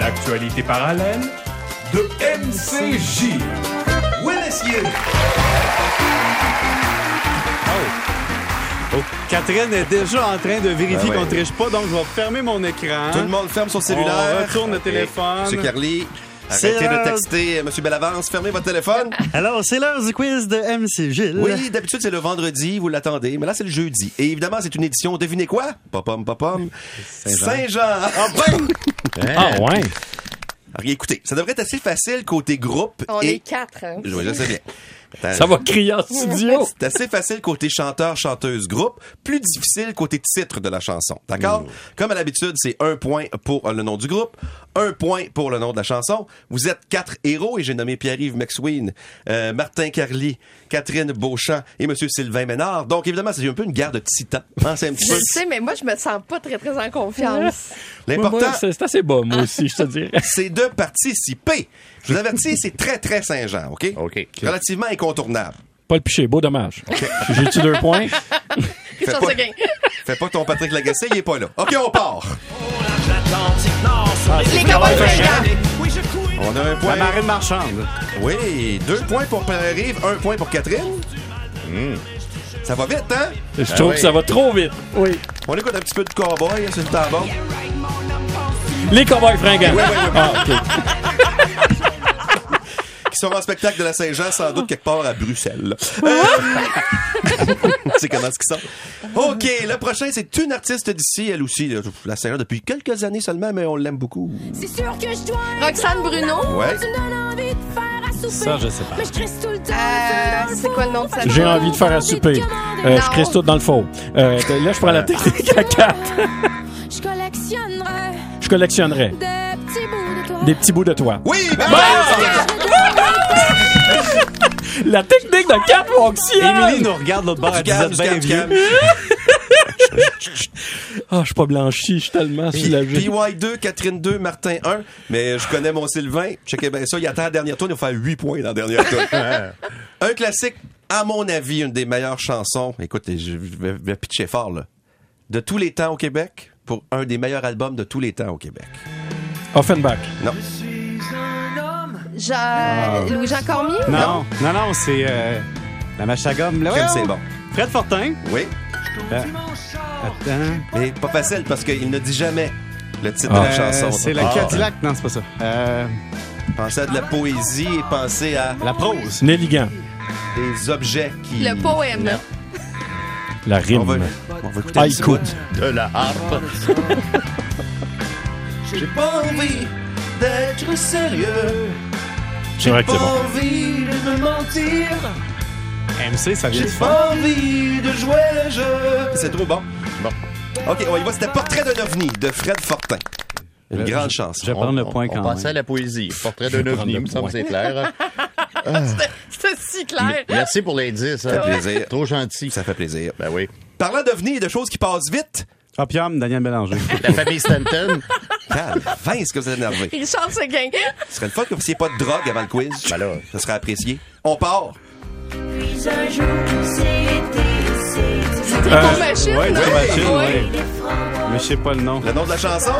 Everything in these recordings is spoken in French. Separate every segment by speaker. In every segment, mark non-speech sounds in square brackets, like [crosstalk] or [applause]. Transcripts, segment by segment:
Speaker 1: Actualité parallèle de MCJ. Willis
Speaker 2: Oh, Catherine est déjà en train de vérifier
Speaker 3: Ben ouais.
Speaker 2: qu'on ne triche pas, donc je vais fermer mon écran.
Speaker 3: Tout le monde ferme son
Speaker 2: On
Speaker 3: cellulaire.
Speaker 2: retourne le téléphone.
Speaker 3: Monsieur Carly,
Speaker 4: C'est
Speaker 3: arrêtez
Speaker 4: l'heure.
Speaker 3: de texter. euh, Monsieur Bellavance, fermez votre
Speaker 5: [laughs]
Speaker 3: téléphone.
Speaker 4: Alors, c'est l'heure du quiz de MC Gilles.
Speaker 3: Oui, d'habitude, c'est le vendredi, vous l'attendez, mais là, c'est le jeudi. Et évidemment, c'est une édition, devinez quoi? Popom, popom. Saint-Jean. Enfin!
Speaker 2: Ah ouais.
Speaker 3: [laughs] Alors, écoutez, ça devrait être assez facile côté groupe.
Speaker 5: On
Speaker 3: et...
Speaker 5: est quatre. hein.
Speaker 3: Je, je sais bien. Attends,
Speaker 6: Ça va crier en studio.
Speaker 3: [laughs] C'est assez facile côté chanteur, chanteuse, groupe. Plus difficile côté titre de la chanson. D'accord?
Speaker 6: Hmm.
Speaker 3: Comme à l'habitude, c'est un point pour le nom du groupe, un point pour le nom de la chanson. Vous êtes quatre héros et j'ai nommé Pierre-Yves McSween, euh, Martin Carly, Catherine Beauchamp et Monsieur Sylvain Ménard. Donc, évidemment, c'est un peu une guerre de titans. Hein, c'est un petit
Speaker 6: [laughs]
Speaker 3: peu.
Speaker 5: Je le sais, mais moi, je me sens pas très, très en [laughs] confiance.
Speaker 3: L'important,
Speaker 6: Moi, moi, c'est c'est assez bas, moi aussi, je te
Speaker 2: [laughs]
Speaker 6: dirais.
Speaker 3: c'est de participer. Je vous avertis, c'est très, très Saint-Jean, OK?
Speaker 2: OK.
Speaker 3: Relativement incontournable.
Speaker 6: Pas le piché, beau dommage. J'ai-tu deux points?
Speaker 3: Fais
Speaker 5: Christian
Speaker 3: pas-
Speaker 5: Seguin.
Speaker 3: Fais pas ton Patrick Lagacé, il est pas là. OK, on part.
Speaker 7: Ah,
Speaker 5: Les Cowboys fringants.
Speaker 3: On a un
Speaker 2: La
Speaker 3: point.
Speaker 2: marine marchande.
Speaker 3: Oui, deux points pour Pierre-Yves, un point pour Catherine. Hmm. Ça va vite, hein?
Speaker 6: Je trouve
Speaker 3: oui.
Speaker 6: que ça va trop vite. Oui.
Speaker 3: On écoute un petit peu de cowboy, hein, c'est le temps bon.
Speaker 6: Les cowboys fringants.
Speaker 3: Oui, oui, oui.
Speaker 6: Ah, ok.
Speaker 3: Qui sont en spectacle de la Saint-Jean, sans doute quelque part à Bruxelles. Euh, [laughs] c'est comment ce qu'ils sont. OK, le prochain, c'est une artiste d'ici, elle aussi. là, La Saint-Jean depuis quelques années seulement, mais on l'aime beaucoup.
Speaker 8: C'est sûr que je dois.
Speaker 5: Roxane Bruno.
Speaker 3: Ouais.
Speaker 8: Tu me donnes envie de faire à souper.
Speaker 6: Ça, je sais pas.
Speaker 8: Mais je crisse tout le temps.
Speaker 5: Euh, c'est quoi le nom de sa
Speaker 6: J'ai envie de faire à souper. Euh,
Speaker 5: Non.
Speaker 6: je crisse tout dans le faux. Euh, t- là, je prends la technique à quatre.
Speaker 8: Je collectionnerai
Speaker 6: Je collectionnerai
Speaker 8: des petits bouts de toi.
Speaker 6: des petits bouts de toi.
Speaker 3: Oui, ben,
Speaker 6: La technique de quatre
Speaker 2: Émilie
Speaker 6: fonctionne!
Speaker 2: nous regarde l'autre bord,
Speaker 3: du
Speaker 2: elle dit, vous
Speaker 3: calme,
Speaker 2: êtes
Speaker 3: du
Speaker 2: bien
Speaker 3: calme, du
Speaker 2: vieux.
Speaker 3: calme.
Speaker 6: Ah, je suis pas blanchi, je suis tellement soulagé.
Speaker 3: PY2, Catherine 2, Martin 1. Mais je connais mon Sylvain. Checkez bien ça. Il attend la dernière tour. Il va faire 8 points dans la dernière tour. Un classique, à mon avis, une des meilleures chansons. Écoute, je vais, je vais pitcher fort, là. De tous les temps au Québec, pour un des meilleurs albums de tous les temps au Québec.
Speaker 6: Offenbach.
Speaker 5: Jean- Louis-Jean Cormier.
Speaker 2: Non, non, non, c'est euh, la mâche à gomme. Là,
Speaker 3: Crème,
Speaker 2: Ouais,
Speaker 3: c'est
Speaker 2: on-
Speaker 3: bon.
Speaker 2: Fred Fortin. Ah.
Speaker 3: Oui.
Speaker 2: Attends.
Speaker 3: Mais pas facile parce qu'il ne dit jamais le titre de
Speaker 2: Euh,
Speaker 3: la chanson.
Speaker 2: c'est la
Speaker 3: Ah.
Speaker 2: Cadillac. Non, c'est pas ça. Euh,
Speaker 3: Pensez à de la poésie et pensez à
Speaker 2: la prose.
Speaker 6: Nelligan.
Speaker 3: des objets qui.
Speaker 5: Le poème. [laughs] là.
Speaker 6: La
Speaker 3: On va,
Speaker 6: rime.
Speaker 3: on va écouter un
Speaker 6: Ah,
Speaker 3: petit
Speaker 6: écoute.
Speaker 3: bout. J'ai pas envie d'être sérieux.
Speaker 6: C'est vrai que c'est bon.
Speaker 3: envie de me mentir.
Speaker 2: MC, ça vient de fort.
Speaker 3: pas envie de jouer le jeu. C'est trop bon. Bon. OK, on y va. C'était Portrait d'un ovni de Fred Fortin. Une
Speaker 2: Je-
Speaker 3: grande chanson.
Speaker 2: Je vais prendre le
Speaker 7: On-
Speaker 2: point
Speaker 7: on
Speaker 2: quand
Speaker 7: passait à
Speaker 2: même.
Speaker 7: la poésie. Portrait d'un ovni, il me semble que c'est clair. hein.
Speaker 5: C'était si clair.
Speaker 7: Merci pour l'indice.
Speaker 3: Ça
Speaker 7: hein.
Speaker 3: fait plaisir.
Speaker 7: Trop gentil.
Speaker 3: Ça fait plaisir.
Speaker 7: Ben oui.
Speaker 3: Parlant d'ovni et de choses qui passent vite,
Speaker 2: Opium, Ah, Daniel Bélanger.
Speaker 7: La famille Stanton.
Speaker 3: Hein, calme, ce que vous êtes énervé.
Speaker 5: Richard Seguin.
Speaker 3: Ce serait le fun que vous fassiez pas de drogue avant le quiz.
Speaker 7: Ben là.
Speaker 3: Ça serait apprécié. On part.
Speaker 8: Puis un jour, c'était,
Speaker 5: C'est
Speaker 2: Euh,
Speaker 5: ton machine.
Speaker 2: ouais,
Speaker 5: là.
Speaker 2: Disco Machine,
Speaker 5: Ouais.
Speaker 2: ouais. Mais je sais pas le nom.
Speaker 3: Le nom de la chanson?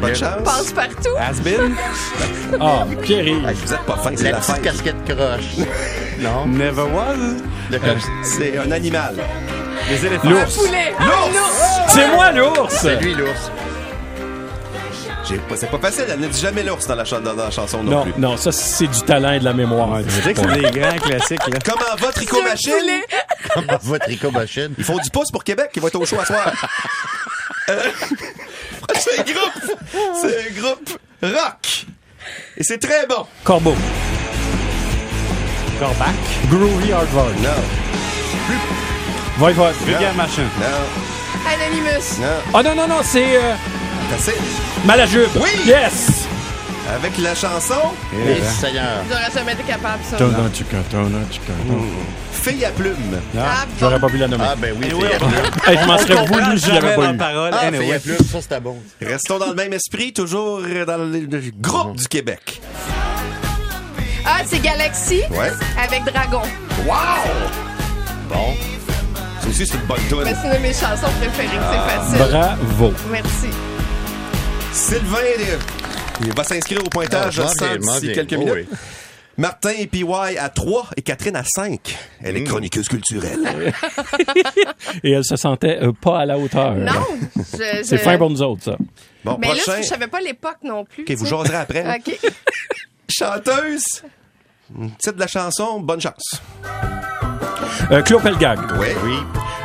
Speaker 3: Bonne chance.
Speaker 5: Passe partout.
Speaker 2: Asbin?
Speaker 6: Ah, Pierre.
Speaker 3: Ah, vous êtes pas fin, c'est
Speaker 7: La
Speaker 3: la fin.
Speaker 7: petite casquette croche. Non.
Speaker 2: Never was?
Speaker 7: Le cos-
Speaker 3: C'est un animal.
Speaker 2: Les éléphants.
Speaker 5: Un poulet. Un ours.
Speaker 6: C'est moi l'ours!
Speaker 7: C'est lui, l'ours.
Speaker 3: J'ai pas- C'est pas facile, elle ne dit jamais l'ours dans la, chan- dans la chanson non,
Speaker 6: Non,
Speaker 3: plus.
Speaker 6: non, ça c'est du talent et de la mémoire.
Speaker 2: Je dirais que c'est des grands classiques, là.
Speaker 3: Comment va Tricot
Speaker 5: Un
Speaker 3: Machine?
Speaker 5: poulet.
Speaker 7: Votre éco-machine.
Speaker 3: Ils font du pouce pour Québec, ils vont être au show à soir. Euh, [laughs] prochain groupe, c'est un groupe rock. Et c'est très bon.
Speaker 6: Corbeau. Corbac. Groovy Hardware.
Speaker 3: Non,
Speaker 6: Void Void.
Speaker 2: Vulgaire machin.
Speaker 3: non,
Speaker 5: Anonymous.
Speaker 3: non.
Speaker 6: Oh non, non, non, c'est euh,
Speaker 3: T'as assez.
Speaker 6: Malajube.
Speaker 3: Oui.
Speaker 6: Yes!
Speaker 3: Avec la chanson
Speaker 7: Et Seigneur.
Speaker 5: J'aurais jamais été capable, ça.
Speaker 3: Fille à plume.
Speaker 5: Ah,
Speaker 6: J'aurais pas pu la nommer.
Speaker 7: Ah, ben oui. c'est-
Speaker 6: Hey, je m'en serais voulu si je l'avais pas
Speaker 2: en
Speaker 6: eu.
Speaker 2: parole.
Speaker 7: Ah,
Speaker 2: anyway.
Speaker 7: fait plus. Ça, c'était bon.
Speaker 3: Restons dans le même esprit, toujours dans le, le groupe du Québec.
Speaker 5: Ah, c'est Galaxy
Speaker 3: Ouais.
Speaker 5: avec Dragon.
Speaker 3: Wow! Bon. Ça aussi, c'est une bonne
Speaker 5: Mais
Speaker 3: tune.
Speaker 5: Ben, c'est une de mes chansons préférées, c'est facile.
Speaker 6: Bravo.
Speaker 5: Merci.
Speaker 3: Sylvain, euh, Il va s'inscrire au pointage, Ah, je Oh, le sens, d'ici
Speaker 7: Oh,
Speaker 3: quelques minutes. Martin et PY à 3 et Catherine à 5. Elle est
Speaker 7: Mm.
Speaker 3: chroniqueuse culturelle.
Speaker 6: Et elle se sentait euh, pas à la hauteur.
Speaker 5: Non. je-
Speaker 6: C'est
Speaker 5: je-
Speaker 6: fin pour nous autres, ça.
Speaker 3: Bon,
Speaker 5: Mais
Speaker 3: prochain.
Speaker 5: là, je savais pas l'époque non plus.
Speaker 3: OK, vous
Speaker 5: tu sais.
Speaker 3: jaserez après.
Speaker 5: [laughs] OK.
Speaker 3: Chanteuse. Mm, Titre de la chanson, bonne chance.
Speaker 6: Euh, Claude Pelgag.
Speaker 3: Oui.
Speaker 7: Oui.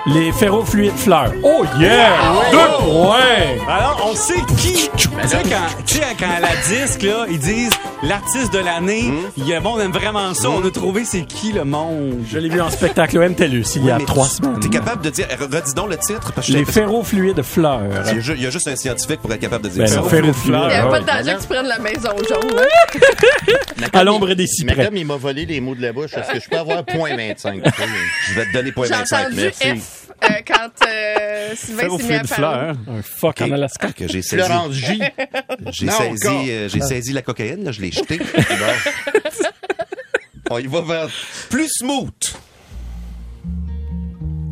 Speaker 6: Les ferrofluides fleurs. Oh yeah! Deux points!
Speaker 2: Alors, on sait qui. Tu sais, quand, tu sais, quand à la disque, là, ils disent l'artiste de l'année, il y a- bon, on aime vraiment ça. On a trouvé c'est qui le monde.
Speaker 6: Je l'ai vu en spectacle au MTLUS il y a
Speaker 3: Mais
Speaker 6: trois
Speaker 3: tu-
Speaker 6: semaines.
Speaker 3: T'es capable de dire, redis donc le titre, parce que
Speaker 6: Les
Speaker 3: j'ai l'impression-
Speaker 6: ferrofluides fleurs.
Speaker 3: il y, a ju- il y a juste un scientifique pour être capable de dire
Speaker 6: Ben,
Speaker 3: ça.
Speaker 6: le ferrofluide
Speaker 5: Il n'y
Speaker 6: fleurs.
Speaker 5: avait pas
Speaker 6: ouais.
Speaker 5: de danger que tu prennes la maison jaune. hein.
Speaker 6: À l'ombre des
Speaker 7: Mais
Speaker 6: cyprès.
Speaker 7: comme il m'a volé les mots de la bouche, est-ce que je peux avoir point 25?
Speaker 3: Je vais te donner point
Speaker 5: J'ai
Speaker 3: 25,
Speaker 5: entendu
Speaker 3: merci.
Speaker 5: F euh, quand euh, Sylvain s'est mis à parler.
Speaker 2: Ferrofluide fleur.
Speaker 6: Un fuck en Alaska.
Speaker 3: Ok, Ah, Que j'ai saisi,
Speaker 7: Florence J.
Speaker 3: j'ai
Speaker 7: Non,
Speaker 3: saisi,
Speaker 7: encore.
Speaker 3: euh, j'ai saisi la cocaïne, là, je l'ai jetée.
Speaker 7: [laughs]
Speaker 3: On y va vers plus smooth.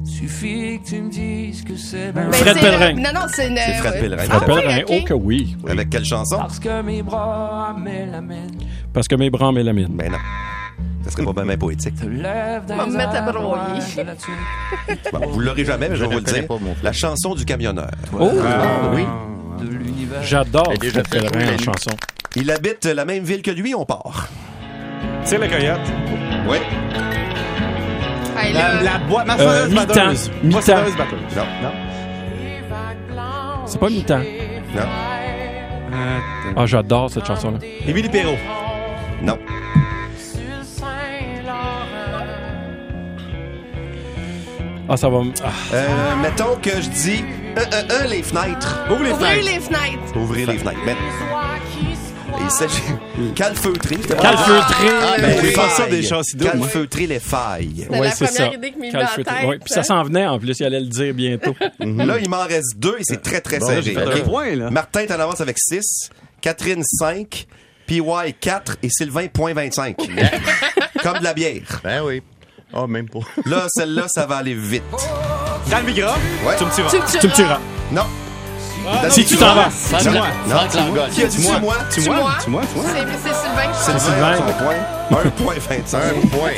Speaker 9: Suffit que tu me dises que c'est bien.
Speaker 5: Ben,
Speaker 6: Fred
Speaker 5: c'est-
Speaker 6: Pellerin.
Speaker 5: Non, non, c'est une.
Speaker 3: C'est Fred
Speaker 5: ouais.
Speaker 3: Pellerin.
Speaker 5: Ah,
Speaker 6: Rappelle
Speaker 5: oui,
Speaker 6: un
Speaker 5: ok.
Speaker 6: oh que oui. oui.
Speaker 3: Avec quelle chanson?
Speaker 9: Parce que mes bras me l'amènent.
Speaker 6: Parce que mes bras en mélamine.
Speaker 3: Ben non. Ça serait pas bien bien poétique.
Speaker 9: Te lève dans
Speaker 5: Va me
Speaker 9: les
Speaker 5: mettre à
Speaker 9: airs,
Speaker 5: broyer.
Speaker 9: loin de la tuile.
Speaker 3: Bon, vous l'aurez jamais, mais je vais
Speaker 7: Je
Speaker 3: vous le
Speaker 7: le connais
Speaker 3: dire.
Speaker 7: pas, mon frère.
Speaker 3: la chanson du camionneur.
Speaker 6: Oh!
Speaker 7: Oui.
Speaker 9: De l'univers.
Speaker 6: J'adore
Speaker 7: Mais Ah. déjà
Speaker 6: Fred
Speaker 7: fait jouer
Speaker 6: Pellerin
Speaker 7: la
Speaker 6: en
Speaker 7: nuit.
Speaker 6: chanson.
Speaker 3: Il habite la même ville que lui, on part.
Speaker 2: C'est le coyote.
Speaker 3: Oui.
Speaker 5: Hey,
Speaker 2: La,
Speaker 5: là,
Speaker 2: la boîte.
Speaker 6: Euh,
Speaker 2: Marceuse
Speaker 6: mi-temps.
Speaker 2: batteuse.
Speaker 6: Mi-temps.
Speaker 2: Moissonneuse batteuse.
Speaker 3: Non, non.
Speaker 6: C'est pas mi-temps.
Speaker 3: Non.
Speaker 6: Ah, j'adore cette chanson-là.
Speaker 2: Émilie Perrault.
Speaker 3: Non.
Speaker 6: Ah, ça va. me- Ah,
Speaker 3: Euh, mettons que je dis euh, euh, euh, les fenêtres.
Speaker 2: Ouvre les
Speaker 5: Ouvrez
Speaker 2: fenêtres.
Speaker 5: les fenêtres.
Speaker 3: Ouvrez les fenêtres. Mais... Il s'agit. Calfeutrer.
Speaker 6: Calfeutré!
Speaker 3: Ah,
Speaker 2: ben
Speaker 3: les
Speaker 2: oui.
Speaker 3: failles.
Speaker 2: ça des châssis d'eau, moi.
Speaker 3: Calfeutrer les failles.
Speaker 5: C'est
Speaker 6: Ouais,
Speaker 5: la
Speaker 6: c'est
Speaker 5: première
Speaker 6: ça.
Speaker 5: idée qui m'est venue en
Speaker 6: Calfeutré.
Speaker 5: tête.
Speaker 6: Ouais, puis ça s'en venait en plus, il allait le dire bientôt.
Speaker 3: Là, il m'en reste deux et c'est très, très
Speaker 7: Bon,
Speaker 3: serré.
Speaker 7: j'ai fait
Speaker 3: Ok.
Speaker 2: un point, là.
Speaker 3: Martin est en avance avec 6, Catherine 5, PY 4 et Sylvain point 25. Comme de la bière.
Speaker 7: Ben oui. Ah, même pas.
Speaker 3: Là, celle-là, ça va aller vite.
Speaker 2: Dans le migra.
Speaker 3: Ouais.
Speaker 2: Tu me suivras.
Speaker 5: Tu-
Speaker 6: tu me tueras.
Speaker 3: Non.
Speaker 6: Si tu t'en vas.
Speaker 3: Non.
Speaker 7: Franck- Franck Langol.
Speaker 3: Qui a dit moi?
Speaker 2: Tu
Speaker 5: Tu
Speaker 2: moi.
Speaker 5: vois?
Speaker 2: Tu moi. Tu moi.
Speaker 5: C'est c'est Sylvain qui parle.
Speaker 3: Sylvain, son point. 1 point 25.
Speaker 7: Un point.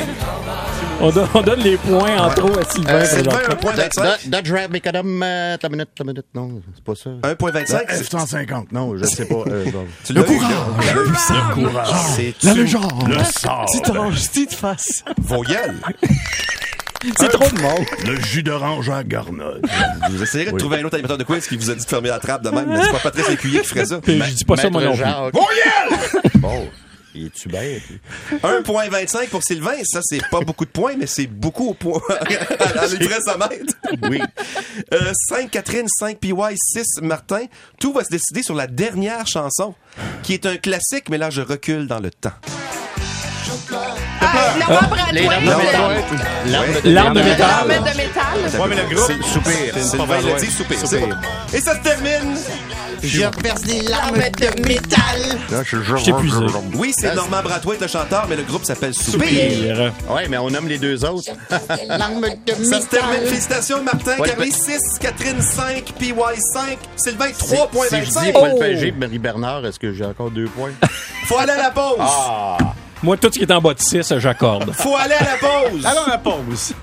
Speaker 6: On, don- on donne les points en trop à Sylvain.
Speaker 7: Euh,
Speaker 6: par
Speaker 7: Sylvain,
Speaker 6: exemple.
Speaker 3: un point
Speaker 7: Da-
Speaker 3: 25.
Speaker 7: da- Dodge Ram Econom, euh, ta minute, ta minute, non, c'est pas ça.
Speaker 3: 1 point 25. c'est-
Speaker 7: F-150, non, je sais pas. euh, bon.
Speaker 3: Tu l'as vu, là.
Speaker 7: Le courage.
Speaker 3: C'est
Speaker 4: La
Speaker 3: tu-
Speaker 4: légende.
Speaker 7: Euh, Le sort.
Speaker 4: Si t'arranges, si tu fasses.
Speaker 3: vos gueules.
Speaker 6: C'est trop de monde.
Speaker 7: Le jus d'orange à garnotte.
Speaker 3: Vous essayerez de trouver un autre animateur de quiz qui vous a dit de fermer la trappe de même. mais C'est pas Patrice Lécuyer qui ferait ça.
Speaker 6: Puis je dis pas ça, moi non plus.
Speaker 7: Bon, il est-tu bête?
Speaker 3: 1.25 pour Sylvain, ça c'est pas beaucoup de points, mais c'est beaucoup au point. [laughs] à la livresse à mètre.
Speaker 7: Oui.
Speaker 3: Euh, 5 Catherine, 5 PY, 6 Martin. Tout va se décider sur la dernière chanson, qui est un classique, mais là je recule dans le temps.
Speaker 5: Ah, la membre à
Speaker 7: Les
Speaker 5: toi, c'est-
Speaker 7: larmes de métal. L'arme de,
Speaker 6: L'arme de
Speaker 5: la
Speaker 6: métal.
Speaker 5: lampe de métal.
Speaker 2: Ouais, mais le groupe.
Speaker 7: Soupir.
Speaker 3: Sylvain l'a dit, soupir. c'est bon. Et ça se termine.
Speaker 5: L'arme de métal.
Speaker 6: Je t'ai épuisé.
Speaker 3: Oui, c'est Normand Brathwaite le chanteur, mais le groupe s'appelle Soupir.
Speaker 6: Pire.
Speaker 7: Ouais, mais on nomme les deux autres.
Speaker 3: Ça se termine. Félicitations Martin,
Speaker 7: Ouais, ben-
Speaker 3: Carly
Speaker 7: mais-
Speaker 3: 6, Catherine 5, PY 5, Sylvain
Speaker 7: Si je
Speaker 3: 3.25.
Speaker 7: dis Paul Pagé et Marie Bernard, est-ce que j'ai encore deux points?
Speaker 3: Faut aller à la pause.
Speaker 7: Ah!
Speaker 6: Moi, tout ce qui est en bas de 6, j'accorde.
Speaker 3: Faut aller à la pause.
Speaker 2: Allons à la pause.